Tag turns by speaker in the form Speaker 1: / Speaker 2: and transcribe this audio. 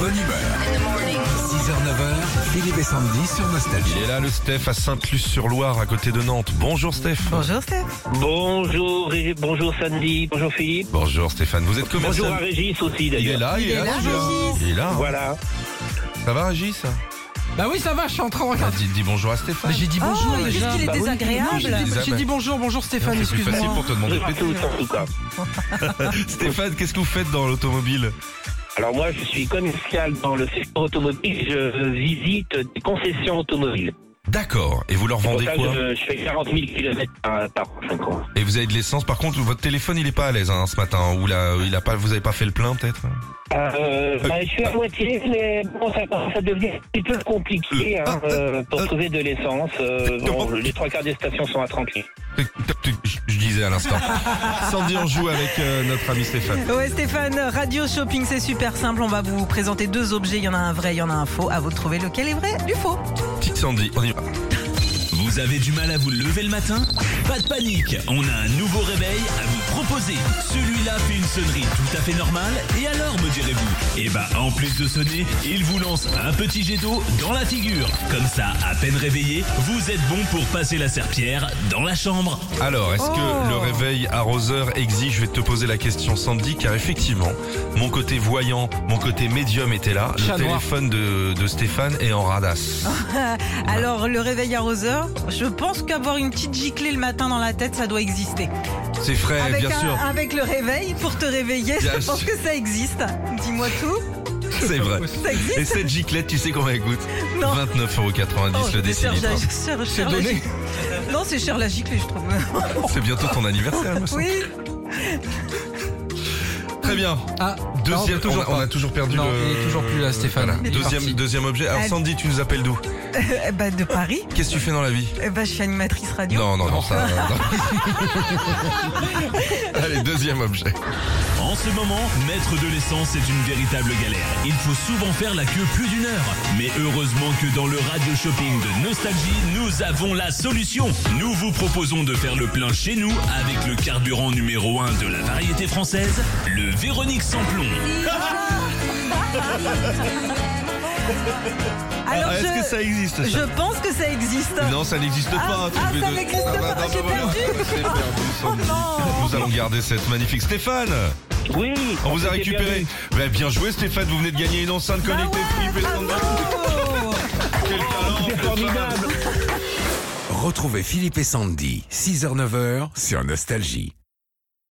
Speaker 1: bonne humeur. 6h-9h, Philippe et Sandy sur Nostalgie.
Speaker 2: Il est là, le Steph, à Sainte-Luce-sur-Loire, à côté de Nantes. Bonjour, Steph.
Speaker 3: Bonjour Steph.
Speaker 4: Bonjour, Ré- bonjour Sandy, bonjour Philippe,
Speaker 2: Bonjour, Stéphane. Vous êtes
Speaker 4: bonjour à
Speaker 2: commercial
Speaker 4: Régis aussi
Speaker 2: Il est
Speaker 4: d'ailleurs.
Speaker 2: là, il,
Speaker 3: Il est là, Régis.
Speaker 2: Il est là.
Speaker 4: Voilà.
Speaker 2: Ça va, Régis
Speaker 3: Bah oui, ça va, je suis en train de
Speaker 2: Ah,
Speaker 3: regarder.
Speaker 2: dis, dis bonjour à Stéphane.
Speaker 3: J'ai dit bonjour
Speaker 5: Oh,
Speaker 3: déjà.
Speaker 5: qu'est-ce qu'il est
Speaker 3: Bah oui,
Speaker 5: désagréable.
Speaker 3: non, j'ai dit-
Speaker 2: Désagréable.
Speaker 3: J'ai dit bonjour, bonjour Stéphane,
Speaker 2: C'est plus facile
Speaker 3: excuse-moi.
Speaker 2: pour te demander.
Speaker 4: Bonjour à tous en tout cas.
Speaker 2: Stéphane, qu'est-ce que vous faites dans l'automobile
Speaker 4: Alors moi je suis commercial dans le secteur automobile, je visite des concessions automobiles.
Speaker 2: D'accord. Et vous leur
Speaker 4: Pour
Speaker 2: vendez
Speaker 4: ça,
Speaker 2: quoi
Speaker 4: je, je fais 40 000 km par, par 5 ans.
Speaker 2: Et vous avez de l'essence. Par contre, votre téléphone, il est pas à l'aise hein, ce matin. Ou là, il a pas, vous avez pas fait le plein peut-être
Speaker 4: Euh, bah, je suis à moitié, mais bon, ça, ça devient un petit peu compliqué hein, euh, pour trouver de l'essence. Euh, bon, les trois quarts des stations sont à 30 litres.
Speaker 2: Je je disais à l'instant. Sandy, on joue avec euh, notre ami Stéphane.
Speaker 5: Ouais Stéphane, radio shopping c'est super simple, on va vous présenter deux objets, il y en a un vrai, il y en a un faux, à vous de trouver lequel est vrai du faux.
Speaker 2: Petite Sandy, on y va.
Speaker 6: Vous avez du mal à vous lever le matin Pas de panique, on a un nouveau réveil à vous proposer. Celui-là fait une sonnerie tout à fait normale, et alors me direz-vous Eh ben, en plus de sonner, il vous lance un petit jet d'eau dans la figure. Comme ça, à peine réveillé, vous êtes bon pour passer la serpillère dans la chambre.
Speaker 2: Alors, est-ce que
Speaker 5: Oh.
Speaker 2: le réveil arroseur exige Je vais te poser la question, Sandy, car effectivement, mon côté voyant, mon côté médium était là.
Speaker 3: Chat
Speaker 2: le
Speaker 3: noir.
Speaker 2: téléphone de, de Stéphane est en radasse.
Speaker 5: Alors le réveil arroseur, je pense qu'avoir une petite giclée le matin dans la tête ça doit exister.
Speaker 2: C'est frais,
Speaker 5: avec,
Speaker 2: Eh, bien
Speaker 5: un-
Speaker 2: sûr.
Speaker 5: avec le réveil, pour te réveiller,
Speaker 2: Bien
Speaker 5: je pense
Speaker 2: sûr.
Speaker 5: que ça existe. Dis-moi tout,
Speaker 2: C'est vrai.
Speaker 5: ça existe
Speaker 2: Et cette giclette, tu sais combien elle coûte
Speaker 5: Non.
Speaker 2: 29,90€
Speaker 5: Oh,
Speaker 2: le
Speaker 5: c'est Serge
Speaker 2: décilitre.
Speaker 5: la- Serge- Serge la
Speaker 3: donné.
Speaker 5: Giclée. Non c'est cher la giclée je trouve.
Speaker 2: C'est bientôt ton anniversaire, me semble.
Speaker 5: Oui,
Speaker 2: Très bien.
Speaker 3: Ah,
Speaker 2: Deuxième,
Speaker 3: non, toujours
Speaker 2: on, a, on
Speaker 3: pas.
Speaker 2: a toujours perdu
Speaker 3: Non,
Speaker 2: le-
Speaker 3: il est toujours plus là, Stéphane.
Speaker 2: Voilà.
Speaker 3: Il est
Speaker 2: Deuxième,
Speaker 3: parti.
Speaker 2: deuxième objet. Alors,
Speaker 5: Elle-
Speaker 2: Sandy, tu nous appelles d'où
Speaker 5: Eh ben, de Paris,
Speaker 2: Qu'est-ce que tu fais dans la vie
Speaker 5: Eh ben, je suis animatrice radio.
Speaker 2: Non, non, non, ça. non. Allez, deuxième objet.
Speaker 6: En ce moment, mettre de l'essence est une véritable galère. Il faut souvent faire la queue plus d'une heure. Mais heureusement que dans le radio shopping de Nostalgie, nous avons la solution. Nous vous proposons de faire le plein chez nous avec le carburant numéro 1 de la variété française, le Véronique Samplon.
Speaker 5: Alors
Speaker 2: Ah,
Speaker 5: je-
Speaker 2: existe ça
Speaker 5: Je pense que ça existe.
Speaker 2: Non, ça n'existe pas.
Speaker 5: Ah,
Speaker 2: tous
Speaker 5: ah,
Speaker 2: les
Speaker 5: ça
Speaker 2: deux.
Speaker 5: n'existe
Speaker 2: Ah, bah,
Speaker 5: pas,
Speaker 2: non,
Speaker 5: j'ai
Speaker 2: bah, voilà.
Speaker 5: perdu.
Speaker 2: C'est
Speaker 5: Oh
Speaker 2: perdu, Sandy.
Speaker 5: non.
Speaker 2: Nous allons garder cette magnifique Stéphane.
Speaker 4: Oui
Speaker 2: On vous a
Speaker 4: c'était bien
Speaker 2: récupéré.
Speaker 4: vu.
Speaker 2: Bah, bien joué Stéphane, vous venez de gagner une enceinte
Speaker 5: Bah
Speaker 2: connectée
Speaker 5: ouais,
Speaker 2: Philippe et Sandy.
Speaker 5: bravo.
Speaker 2: Quel talent,
Speaker 4: C'est
Speaker 2: Stéphane.
Speaker 4: formidable
Speaker 1: Retrouvez Philippe et Sandy, 6h-9h sur Nostalgie.